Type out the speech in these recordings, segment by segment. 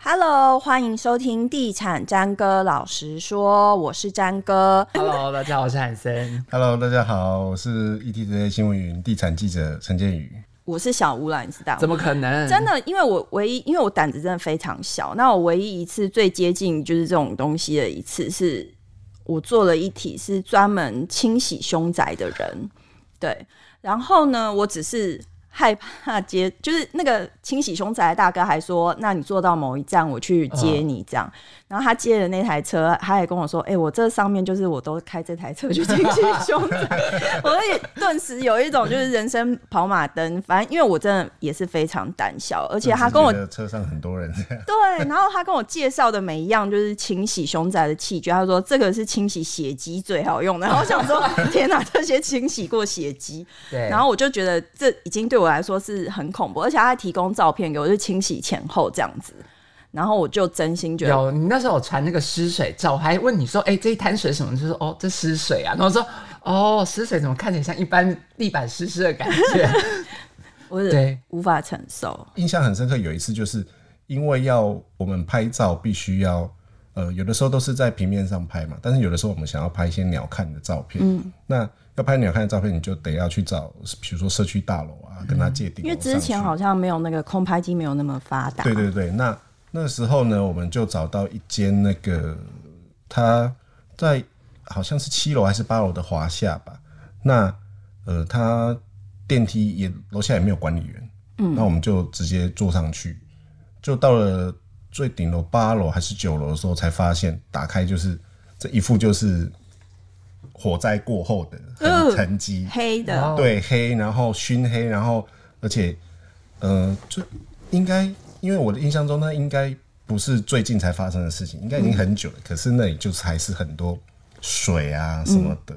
Hello，欢迎收听《地产詹哥老实说》，我是詹哥。 Hello，大家 好，我是海森。 Hello，大家好，我是 ETtoday 新闻云地产记者陈建宇。我是小吴啦，你知道吗？怎么可能？真的，因为我唯一，因为我胆子真的非常小。那我唯一一次最接近就是这种东西的一次，是我做了一题是专门清洗凶宅的人，对。然后呢，我只是害怕接，就是那个清洗凶宅的大哥还说：“那你坐到某一站，我去接你。”这样。然后他接了那台车，他还跟我说：“哎、我这上面就是我都开这台车去清洗凶宅。” 我也顿时有一种就是人生跑马灯，反正因为我真的也是非常胆小，而且他跟我就只觉得车上很多人 这样，对，然后他跟我介绍的每一样就是清洗熊仔的器具，他说这个是清洗血迹最好用的。然后我想说， 天哪，这些清洗过血迹，对，然后我就觉得这已经对我来说是很恐怖，而且他还提供照片给我，就是清洗前后这样子。然后我就真心觉得，有你那时候有传那个湿水照，我还问你说，哎、这一滩水什么？就说哦，这湿水啊。然后我说，哦，湿水怎么看起来像一般地板湿湿的感觉？ 我是对无法承受。印象很深刻。有一次就是因为要我们拍照，必须要呃，有的时候都是在平面上拍嘛，但是有的时候我们想要拍一些鸟瞰的照片，嗯，那要拍鸟瞰的照片，你就得要去找，比如说社区大楼啊，跟他借顶、因为之前好像没有那个空拍机没有那么发达，对对对，那那时候呢，我们就找到一间那个，他在好像是七楼还是八楼的华夏吧。那呃，他电梯也楼下也没有管理员，嗯，那我们就直接坐上去，就到了最顶楼八楼还是九楼的时候，才发现打开就是这一副就是火灾过后的嗯痕痕迹，黑的，哦对黑，然后熏黑，然后而且，呃，就应该，因为我的印象中，那应该不是最近才发生的事情，应该已经很久了。可是那里就是还是很多水啊什么的，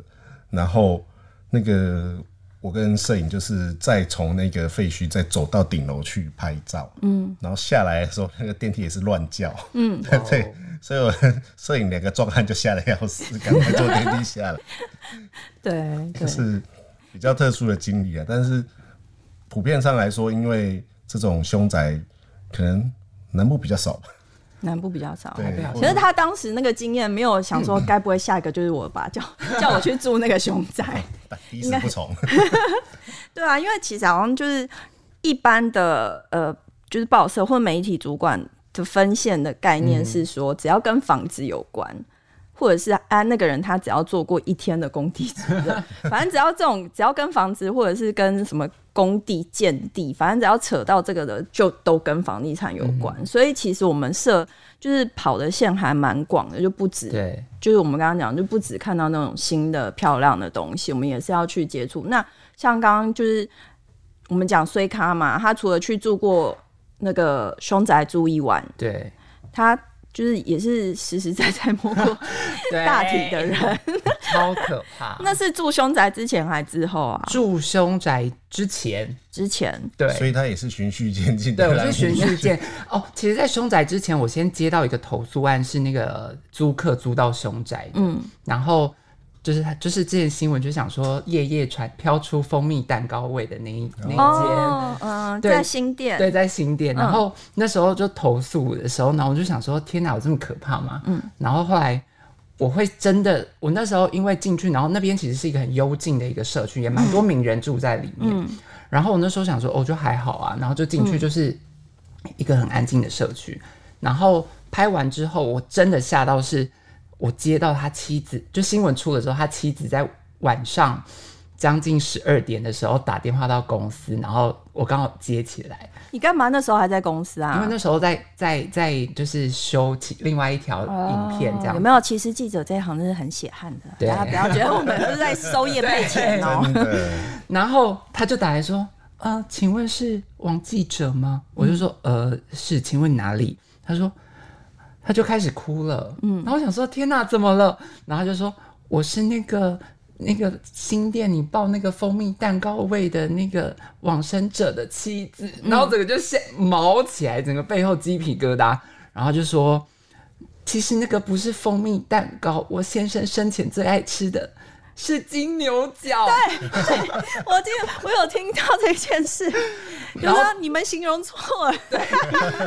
然后那个我跟摄影就是再从那个废墟再走到顶楼去拍照，嗯，然后下来的时候，那个电梯也是乱叫，嗯，哦对。 所以我 摄影两个壮汉就吓得要死，赶快坐电梯下来。对对，是比较特殊的经历啊。但是普遍上来说，因为这种凶宅可能南部比较哦少吧，南部比较少。对北好，可是他当时那个经验没有想说，该不会下一个就是我吧？叫叫我去住那个熊宅？敌死不从。对啊，因为其实好像就是一般的呃，就是报社或媒体主管的分线的概念是说，只要跟房子有关，或者是啊那个人他只要做过一天的工地主任，反正只要这种只要跟房子或者是跟什么工地建地，反正只要扯到这个的，就都跟房地产有关。所以其实我们社就是跑的线还蛮广的，就不止对，就是我们刚刚讲，就不只看到那种新的漂亮的东西，我们也是要去接触。那像刚刚就是我们讲虽咖嘛，他除了去住过那个凶宅住一晚，对，他就是也是实实在在摸过 对，大体 的人。超可怕。那是住凶宅之前还之后啊？住凶宅之前，之前对， 所以他也是循序渐进对，的我啦。是循序渐哦。其实，在凶宅之前，我先接到一个投诉案，是那个租客租到凶宅，嗯，然后就是他就是之前新闻就想说夜夜传飘出蜂蜜蛋糕味的那一那一间。哦，嗯、对在新店，对，在新店，然后那时候就投诉的时候，然后我就想说，天哪，有这么可怕吗？嗯，然后后来我会真的，我那时候因为进去，然后那边其实是一个很幽静的一个社区，也蛮多名人住在里面。然后我那时候想说，哦，就还好啊，然后就进去就是一个很安静的社区。然后拍完之后，我真的吓到是，我接到他妻子，就新闻出了之后，他妻子在晚上将近十二点的时候打电话到公司，然后我刚好接起来，你干嘛那时候还在公司因为啊？那时候在在在就是修其另外一条影片这样哦有。没有？其实记者这一行真是很血汗的，对大家不要觉得我们是在收业配钱哦、真的，然后他就打来说：“呃，请问是王记者吗？”我就说：“呃，是，请问哪里？”他说：“他就开始哭了。”嗯，然后我想说：“天哪，怎么了？”然后他就说：“我是那个那个新店你报那个蜂蜜蛋糕味的那个往生者的妻子。”然后整个就吓毛起来，整个背后鸡皮疙瘩。然后就说：“其实那个不是蜂蜜蛋糕，我先生生前最爱吃的是金牛 角，我听我有听到这件 事，就然后说你们形容错了，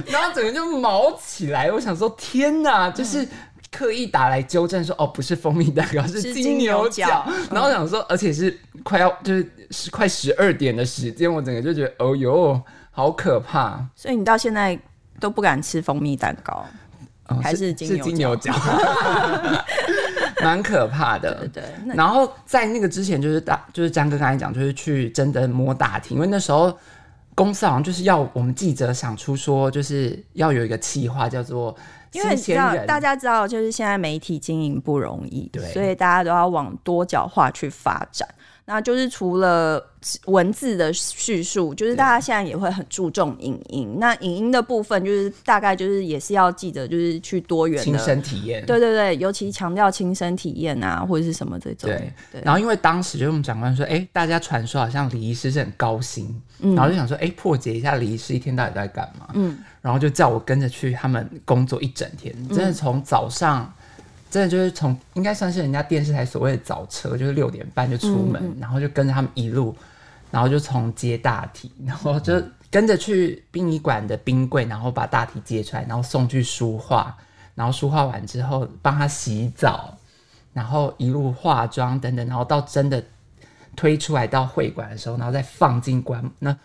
然后整个就毛起来。我想说，天哪，嗯就是。刻意打来纠正说哦，不是蜂蜜蛋糕，是是金牛金牛角嗯角。然后我想说，而且是快要就是是快十二点的时间，我整个就觉得哦哟，好可怕。所以你到现在都不敢吃蜂蜜蛋糕，哦还是金金牛角牛角， 蛮可怕的。对对对那然后在那个之前，就是大，就是张哥刚才讲，就是去真的摸大题，因为那时候公司好像就是要我们记者想出说，就是要有一个企划叫做因为新你知鲜道人，大家知道，就是现在媒体经营不容易，对所以大家都要往多角化去发展。那就是除了文字的叙述，就是大家现在也会很注重影音。那影音的部分，就是大概就是也是要记得，就是去多元亲的身体验。对对对，尤其强调亲身体验啊，或者是什么这种。对对，然后因为当时就是我们长官说，哎、大家传说好像李医师是很高薪，嗯然后就想说，哎、破解一下李医师一天到底在干嘛？嗯，然后就叫我跟着去他们工作一整天，真嗯的从早上，真的就是从应该算是人家电视台所谓的早车，就是六点半就出嗯门，然后就跟着他们一路，然后就从接大体，然后就跟着去殡仪馆的冰柜，然后把大体接出来，然后送去梳化，然后梳化完之后帮他洗澡。然后一路化妆等等，然后到真的推出来到会馆的时候，然后再放进棺那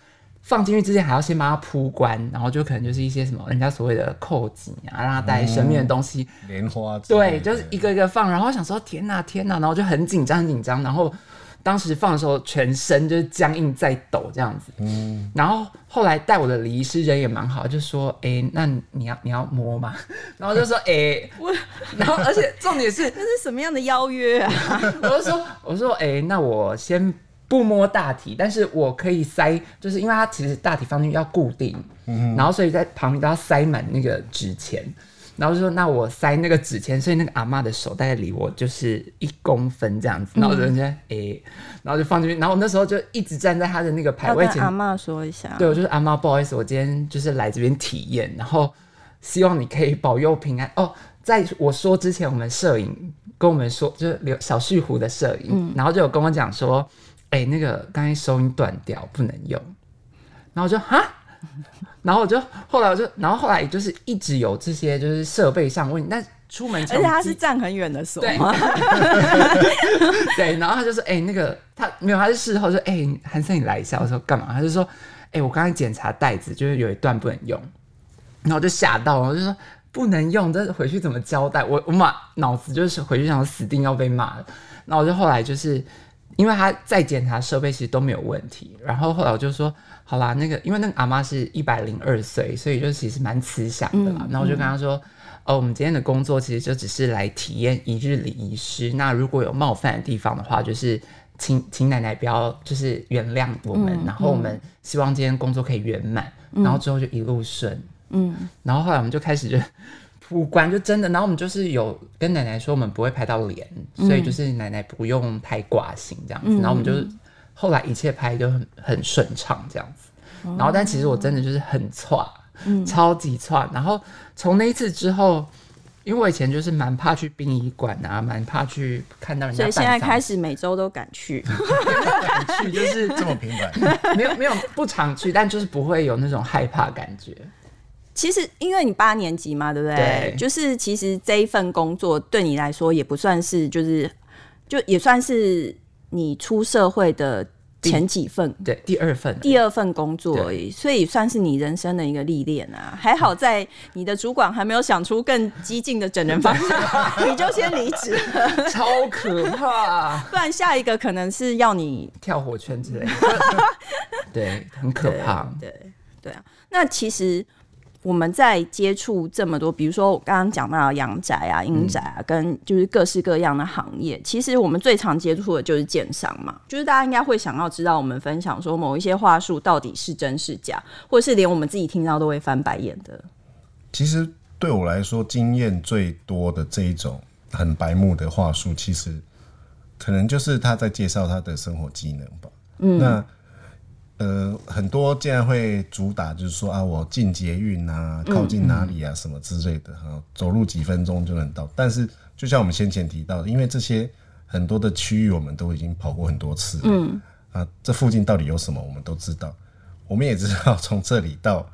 放进去之前还要先帮他铺棺，然后就可能就是一些什么人家所谓的扣紧啊，让他带生命的东西，莲花之类对，的就是一个一个放，然后想说天哪天哪，然后就很紧张很紧张，然后当时放的时候全身就是僵硬在抖这样子，嗯，然后后来带我的礼仪师人也蛮好，就说哎、那你要你要摸吗？ 然后就说哎、 然后而且重 点是。这是什么样的邀约啊？ 我就说，我说，哎、那我先不摸大体，但是我可以塞，就是因为它其实大体放进去要固定，然后所以在旁边都要塞满那个纸钱。然后就说，那我塞那个纸钱，所以那个阿嬷的手大概离我就是一公分这样子。然后人家哎、诶然后就放进去。然后我那时候就一直站在他的那个牌要位跟前阿妈说一下。对，我就是阿妈，不好意思，我今天就是来这边体验，然后希望你可以保佑平安哦。在我说之前，我们摄影跟我们说，就是刘小旭湖的摄影，嗯然后就有跟我讲说，哎、那个刚才收音断掉，不能用。然后我就哈， 然后我就后来我就，然后后来就是一直有这些就是设备上问题，那出门前而且我他记是站很远的锁 对吗？ 对，然后他就说：“哎、那个他没有，他是事后说，哎、韩森你来一下。”我说：“干嘛？”他就说：“哎、我刚才检查袋子，就是有一段不能用。”然后我就吓到了，我就说：“不能用，这回去怎么交代？”我我马脑子就是回去想说死定要被骂了。然后我就后来就是因为他再检查设备其实都没有问题，然后后来我就说：“好啦，那个因为那个阿妈是一百零二岁，所以就其实蛮慈祥的啦。然后我就跟他说。哦，我们今天的工作其实就只是来体验一日礼仪师。那如果有冒犯的地方的话，就是请请奶奶不要就是原谅我们，然后我们希望今天工作可以圆满，然后之后就一路顺。嗯，然后后来我们就开始就 铺关，就真的，然后我们就是有跟奶奶说我们不会拍到脸，嗯所以就是奶奶不用拍挂型这样子，然后我们就后来一切拍就很很顺畅这样子。哦然后但其实我真的就是很差，嗯超级差。然后从那一次之后，因为我以前就是蛮怕去殡仪馆啊，蛮怕去看到人所家以办现丧事，在开始每周都敢去，去就是 这么频繁，没有没有不常去，但就是不会有那种害怕感觉。其实因为你八年级嘛，对不对？对就是其实这一份工作对你来说也不算是，就是就也算是你出社会的前几份。对，第二份第二份工作而已，所以算是你人生的一个历练啊。还好在你的主管还没有想出更激进的整人方式， 你就先离职了，超可怕，不然下一个可能是要你跳火圈之类的， 对，很可怕。对对啊，那其实我们在接触这么多，比如说我刚刚讲到阳宅啊、阴宅嗯啊，跟就是各式各样的行业，其实我们最常接触的就是建商嘛。就是大家应该会想要知道我们分享说某一些话术到底是真是假，或是连我们自己听到都会翻白眼的。其实对我来说，经验最多的这一种很白目的话术，其实可能就是他在介绍他的生活技能吧。嗯，那呃，很多竟然会主打就是说啊，我进捷运啊，靠近哪里啊，什么之类的哈，走路几分钟就能到。但是就像我们先前提到的，因为这些很多的区域我们都已经跑过很多次，嗯，啊，这附近到底有什么我们都知道，我们也知道从这里到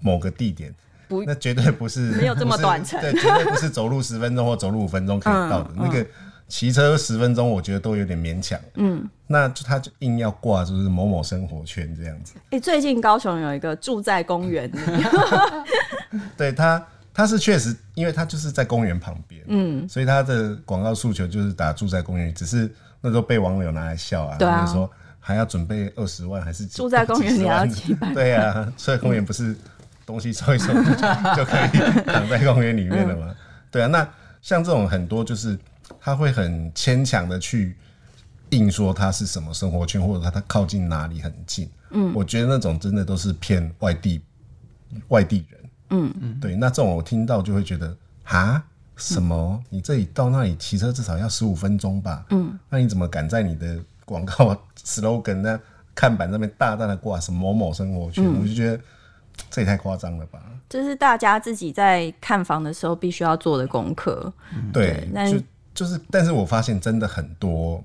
某个地点不，那绝对不是没有这么不是短程嗯对，绝对不是走路十分钟或走路五分钟可以到的，那个骑车十分钟我觉得都有点勉强，嗯，那就他就硬要挂就是某某生活圈这样子。哎、最近高雄有一个住在公园里， 对他，他是确实，因为他就是在公园旁边，嗯，所以他的广告诉求就是打住在公园，只是那时候被网友拿来笑啊，对啊他们说还要准备二十万还是几住在公园几你十万要几百万 对啊，住在公园不是东西收一收就就可以躺在公园里面了吗？嗯对啊，那像这种很多就是他会很牵强的去。硬说它是什么生活圈，或者它它靠近哪里很近，嗯，我觉得那种真的都是骗外地外地人，嗯对，那这种我听到就会觉得啊，什么？你这里到那里骑车至少要十五分钟吧？嗯，那你怎么敢在你的广告 slogan 那看板上面大大的挂什么某某生活圈？我就觉得这也太夸张了吧？这是大家自己在看房的时候必须要做的功课。对，那就就是，但是我发现真的很多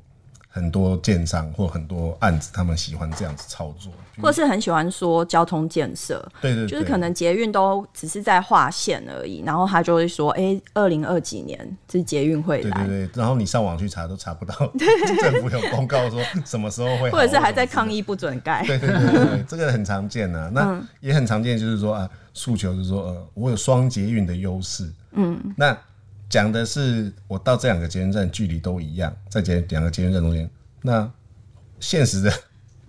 很多建商或很多案子，他们喜欢这样子操作。或是很喜欢说交通建设，对对对，就是可能捷运都只是在划线而已，然后他就会说：“哎、二零二几年是捷运会对来。对对，然后你上网去查都查不到 政府有公告说什么时候会好， 或者是还在什么之类的抗议不准盖，对对对对，对，这个很常见呐、那也很常见，就是说啊，诉求就是说，呃，我有双捷运的优势。嗯，那讲的是我到这两个捷运站距离都一样，在捷两个捷运站中间，那现实的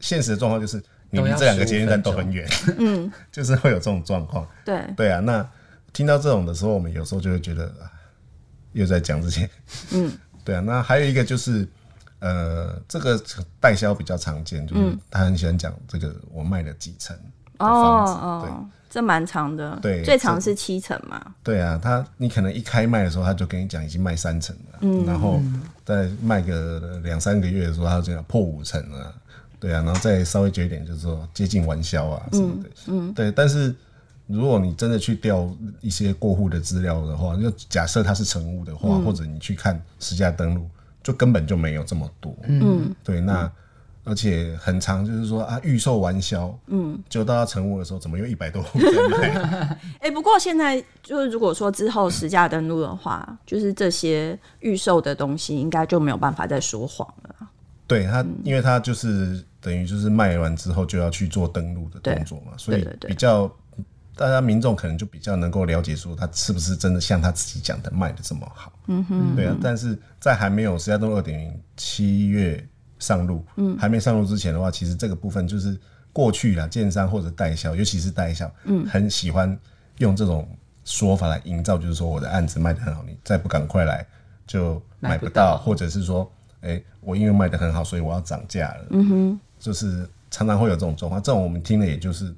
现实的状况就是，你离这两个捷运站都很远。嗯， 就是会有这种状况。 对，对啊，那听到这种的时候，我们有时候就会觉得啊又在讲这些。嗯， 对啊。那还有一个就是，呃，这个代销比较常见，就是他很喜欢讲这个我卖了几层的房子。哦，这蛮长的，对最长是七层嘛，对对啊，他你可能一开卖的时候，他就跟你讲已经卖三层了，然后再卖个两三个月的时候，他就讲破五层了。对啊，然后再稍微久一点，就是说接近完销啊什么的。嗯，对，但是。如果你真的去调一些过户的资料的话，就假设它是成屋的话，或者你去看实价登录，就根本就没有这么多。嗯，对，那、而且很长，就是说啊，预售完销，嗯，就到它成屋的时候，怎么又一百多户在卖？哎、不过现在就是如果说之后实价登录的话，就是这些预售的东西应该就没有办法再说谎了。对它，嗯因为它就是等于就是卖完之后就要去做登录的动作嘛，所以对对比较。大家民众可能就比较能够了解，说它是不是真的像他自己讲的卖的这么好，嗯哼，对啊。但是在还没有实价登录二点零七月上路，嗯，还没上路之前的话，其实这个部分就是过去啦，建商或者代销，尤其是代销，嗯，很喜欢用这种说法来营造，就是说我的案子卖得很好，你再不赶快来就买买不不到，到或者是说，哎、我因为卖得很好，所以我要涨价了，嗯哼，就是常常会有这种状况，这种我们听了也就是。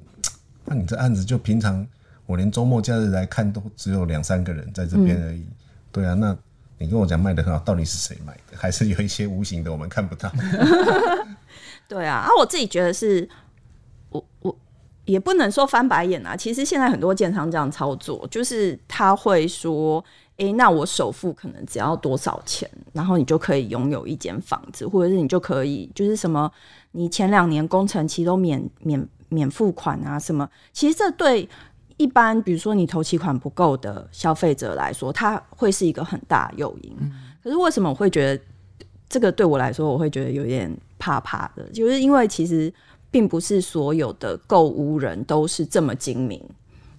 那你这案子就平常我连周末假日来看都只有两三个人在这边而已。对啊，那你跟我讲卖的很好，到底是谁买的？还是有一些无形的我们看不到？对啊，啊，我自己觉得是，我我也不能说翻白眼啊。其实现在很多建商这样操作，就是他会说，诶、那我首付可能只要多少钱，然后你就可以拥有一间房子，或者是你就可以就是什么，你前两年工程期都免免免付款啊什么。其实这对一般比如说你头期款不够的消费者来说，它会是一个很大的诱因。可是为什么我会觉得这个对我来说，我会觉得有点怕怕的，就是因为其实并不是所有的购物人都是这么精明。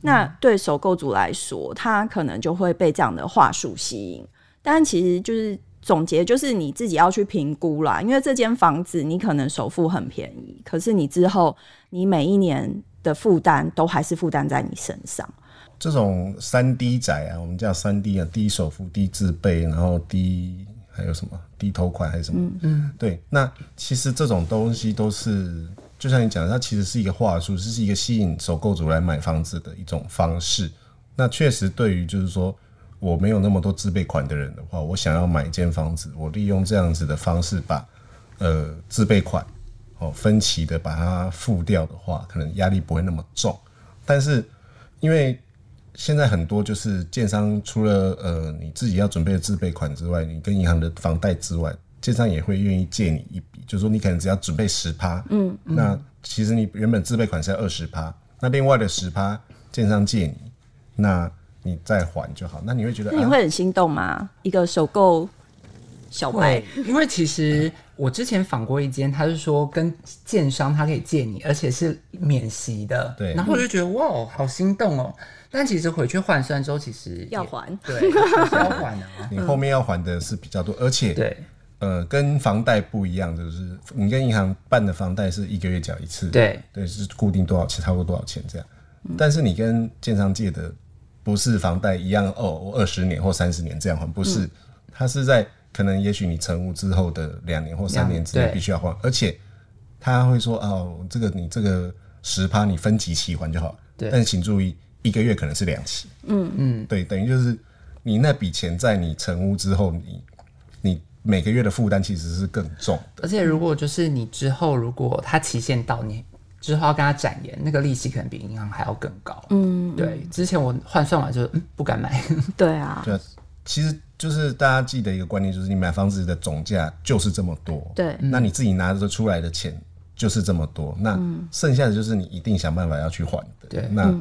那对首购族来说，他可能就会被这样的话术吸引，但其实就是总结，就是你自己要去评估啦。因为这间房子你可能首付很便宜，可是你之后你每一年的负担都还是负担在你身上。这种三低宅啊，我们叫三低啊，低首付、低自备，然后低还有什么低头款还是什么？嗯，对。那其实这种东西都是，就像你讲的，它其实是一个话术，这是一个吸引首购族来买房子的一种方式。那确实，对于就是说我没有那么多自备款的人的话，我想要买一间房子，我利用这样子的方式把呃自备款哦分期的把它付掉的话，可能压力不会那么重。但是因为现在很多就是建商除了呃你自己要准备的自备款之外，你跟银行的房贷之外，建商也会愿意借你一笔，就是说你可能只要准备十趴，嗯，那其实你原本自备款是二十趴，那另外的十趴建商借你，那你再还就好。那你会觉得那你啊会很心动吗？一个首购小白会，因为其实我之前访过一间，他是说跟建商他可以借你，而且是免息的。对然后我就觉得哇，好心动哦！但其实回去换算之后，其实也要还对，就是要还啊。你后面要还的是比较多，而 且对呃，跟房贷不一样，就是你跟银行办的房贷是一个月缴一次，对对，是固定多少钱，差不多多少钱这样。但是你跟建商借的不是房贷一样哦，我二十年或三十年这样还，不是，它是在可能也许你成屋之后的两年或三年之内对必须要还，而且他会说哦，这个你这个十趴你分几期还就好，对但是请注意，一个月可能是两期，嗯嗯，对，等于就是你那笔钱在你成屋之后，你你每个月的负担其实是更重的。而且如果就是你之后如果他期限到你。之后要跟他展延，那个利息可能比银行还要更高。嗯，对，之前我换算完就、嗯、不敢买。对啊，对啊，其实就是大家记得一个观念，就是你买房子的总价就是这么多，对那你自己拿着出来的钱就是这么多，那嗯剩下的就是你一定想办法要去还的，对那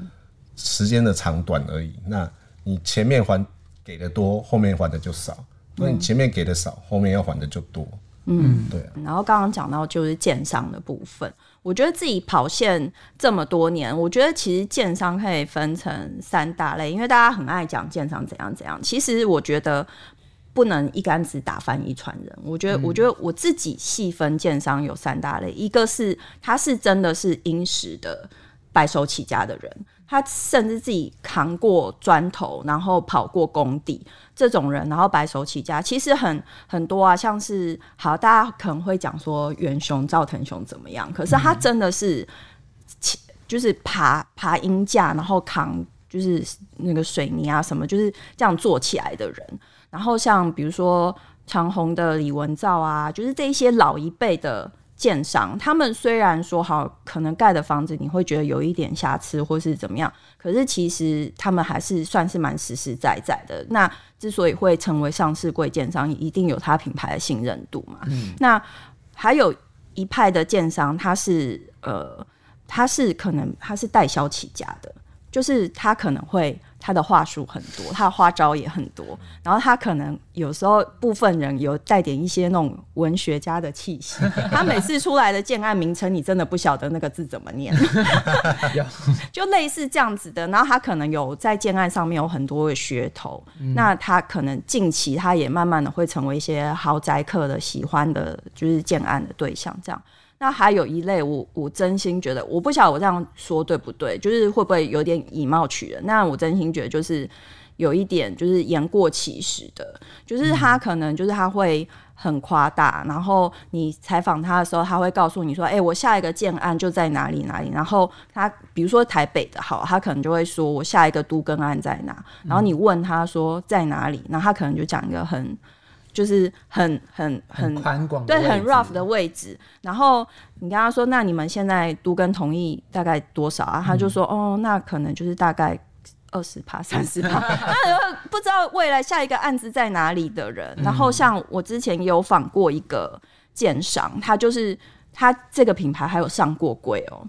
时间的长短而已。那你前面还给的多，后面还的就少；嗯那你前面给的少，后面要还的就多。嗯，对啊，然后刚刚讲到就是建商的部分，我觉得自己跑线这么多年，我觉得其实建商可以分成三大类，因为大家很爱讲建商怎样怎样，其实我觉得。不能一竿子打翻一船人，我觉得，我觉得我自己细分建商有三大类，一个是他是真的是殷实的白手起家的人，他甚至自己扛过砖头，然后跑过工地，这种人，然后白手起家，其实很很多啊，像是好，大家可能会讲说元雄、赵腾雄怎么样，可是他真的是，起就是爬爬鹰架，然后扛就是那个水泥啊什么，就是这样做起来的人。然后像比如说长虹的李文照啊，就是这一些老一辈的。建商他们虽然说好，可能盖的房子你会觉得有一点瑕疵或是怎么样，可是其实他们还是算是蛮实实在在的。那之所以会成为上市贵建商，一定有它品牌的信任度嘛。那还有一派的建商，他是呃，他是可能他是代销起家的，就是他可能会他的话术很多，他的花招也很多，然后他可能有时候部分人有带点一些那种文学家的气息，他每次出来的建案名称，你真的不晓得那个字怎么念。 就类似这样子的。然后他可能有在建案上面有很多的噱头，那他可能近期他也慢慢的会成为一些豪宅客的喜欢的，就是建案的对象这样。那还有一类我，我真心觉得，我不晓得我这样说对不对，就是会不会有点以貌取人？那我真心觉得就是有一点就是言过其实的，就是他可能就是他会很夸大，然后你采访他的时候，他会告诉你说：“哎、我下一个建案就在哪里哪里。”然后他比如说台北的好，他可能就会说：“我下一个都更案在哪？”然后你问他说在哪里，然后他可能就讲一个很就是很很很很 宽广的对位置，很 rough 的位置。然后你跟他说，那你们现在都跟同意大概多少啊？嗯他就说，哦，那可能就是大概。二十趴、三 十趴，那不知道未来下一个案子在哪里的人。然嗯后像我之前有访过一个建商，他就是他这个品牌还有上过柜哦、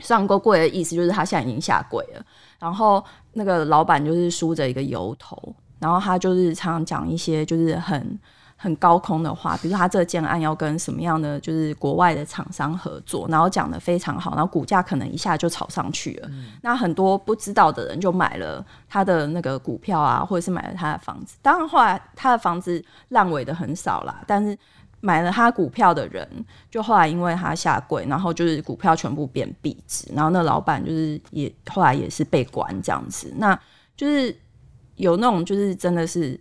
上过柜的意思就是他现在已经下柜了。然后那个老板就是梳着一个油头，然后他就是常常讲一些就是很很高空的话，比如说他这件案要跟什么样的就是国外的厂商合作，然后讲的非常好，然后股价可能一下就炒上去了。那很多不知道的人就买了他的那个股票啊，或者是买了他的房子。当然后来他的房子烂尾的很少啦，但是。买了他股票的人，就后来因为他下跪，然后就是股票全部变币值，然后那老板就是也后来也是被关这样子。那就是有那种就是真的是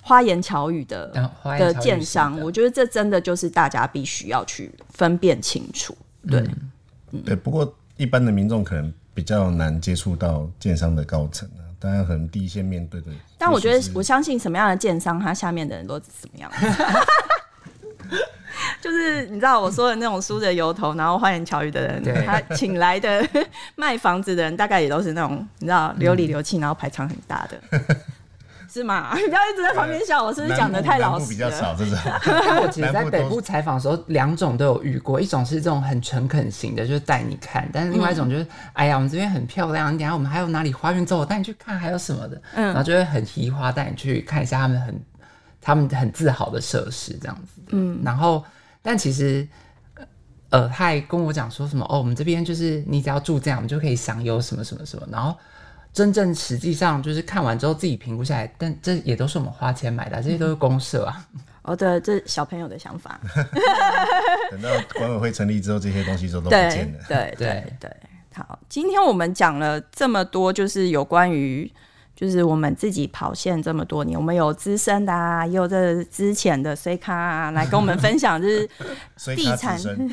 花言巧语的然后花言的巧语建型商，的我觉得这真的就是大家必须要去分辨清楚。嗯对，对，不过一般的民众可能比较难接触到建商的高层啊，当然可能第一线面对的，但我觉也许得是我相信什么样的建商，他下面的人都是怎么样。 就是你知道我说的那种梳着油头，然后花言巧语的人，对他请来的 嗯 卖房子的人，大概也都是那种你知道流里流气，然后排场很大的。是吗？ 你不要一直在旁边笑，我是不是讲的太老南部实比较了？少这种。 因为我其实，南在部北都部采访的时候，两种都有遇过，一种是这种很诚恳型的，就是带你看；但是另外一嗯种就是，哎呀，我们这边很漂亮，你等一下我们还有哪里花园走，我带你去看，还有什么的，嗯然后就会很提花带你去看一下他们很他们很自豪的设施这样子。嗯，然后但其实。呃，他还跟我讲说什么哦，我们这边就是你只要住这样，我们就可以享有什么什么什么。然后真正实际上就是看完之后自己评估下来，但这也都是我们花钱买的啊，这些都是公社 啊。哦，对，这是小朋友的想法，等到管委会成立之后，这些东西就都不见对了。对对对对。好，今天我们讲了这么多，就是有关于。就是我们自己跑线这么多年，我们有资深的啊，也有这之前的 C 咖、啊、来跟我们分享，就是所以地他产自身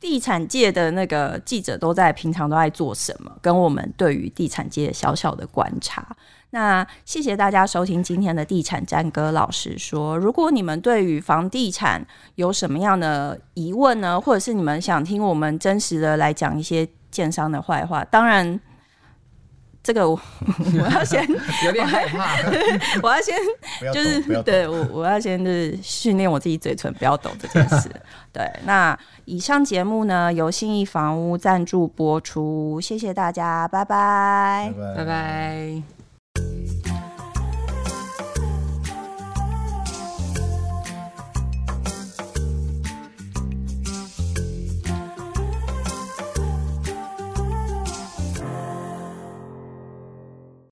地产界的那个记者都在平常都在做什么，跟我们对于地产界小小的观察。那谢谢大家收听今天的地产战歌老师说，如果你们对于房地产有什么样的疑问呢，或者是你们想听我们真实的来讲一些建商的坏话，当然。这个我我要先，有点害怕。我要先不要就抖是不要抖对我，我要先就是训练我自己嘴唇不要抖这件 事。对，那以上节目呢由信义房屋赞助播出，谢谢大家，拜拜拜拜拜。